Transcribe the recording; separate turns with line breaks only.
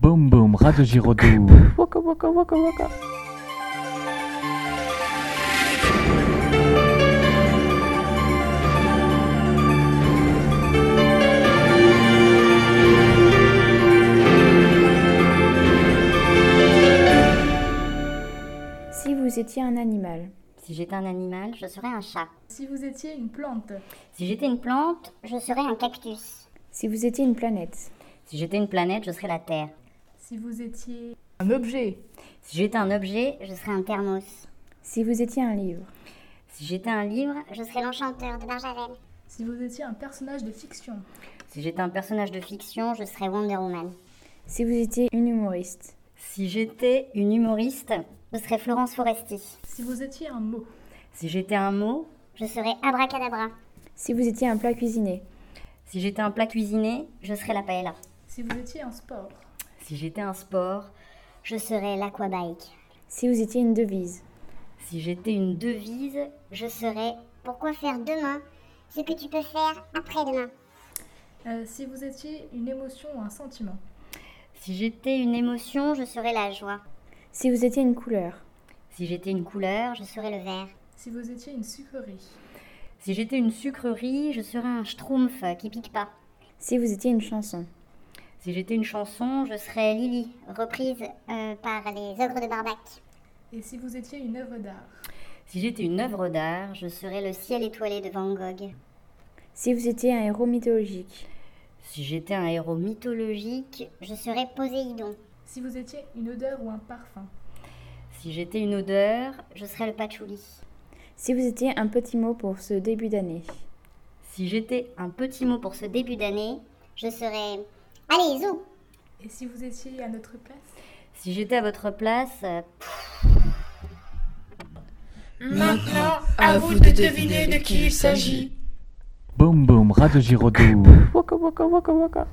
Boum boum, Radio Giraudoux.
Waka waka waka waka.
Si vous étiez un animal,
Si j'étais un animal, je serais un chat.
Si vous étiez une plante,
Si j'étais une plante, je serais un cactus.
si vous étiez une planète,
Si j'étais une planète, je serais la Terre.
si vous étiez un objet,
Si j'étais un objet, je serais un thermos.
si vous étiez un livre,
Si j'étais un livre, je serais l'enchanteur de Barjavel.
si vous étiez un personnage de fiction,
Si j'étais un personnage de fiction, je serais Wonder Woman.
si vous étiez une humoriste,
Si j'étais une humoriste, je serais Florence Foresti.
si vous étiez un mot,
Si j'étais un mot, je serais Abracadabra.
si vous étiez un plat cuisiné,
Si j'étais un plat cuisiné, je serais la paella.
si vous étiez un sport,
Si j'étais un sport, je serais l'aquabike.
si vous étiez une devise,
Si j'étais une devise, je serais
Pourquoi faire demain ce que tu peux faire après-demain
euh, si vous étiez une émotion ou un sentiment,
Si j'étais une émotion, je serais la joie.
si vous étiez une couleur,
Si j'étais une couleur, je serais le vert.
si vous étiez une sucrerie,
Si j'étais une sucrerie, je serais un schtroumpf qui pique pas.
si vous étiez une chanson,
Si j'étais une chanson, je serais Lily, reprise euh, par les ogres de Barbac.
et si vous étiez une œuvre d'art,
Si j'étais une œuvre d'art, je serais le ciel étoilé de Van Gogh.
si vous étiez un héros mythologique,
Si j'étais un héros mythologique, je serais Poséidon.
si vous étiez une odeur ou un parfum,
Si j'étais une odeur, je serais le patchouli.
si vous étiez un petit mot pour ce début d'année,
Si j'étais un petit mot pour ce début d'année,
Je serais... Allez, zou
et si vous étiez à notre place,
si j'étais à votre place, euh,
Maintenant, à vous de deviner de qui il s'agit.
Boum boum, Radio Giraudoux.
Waka waka waka waka.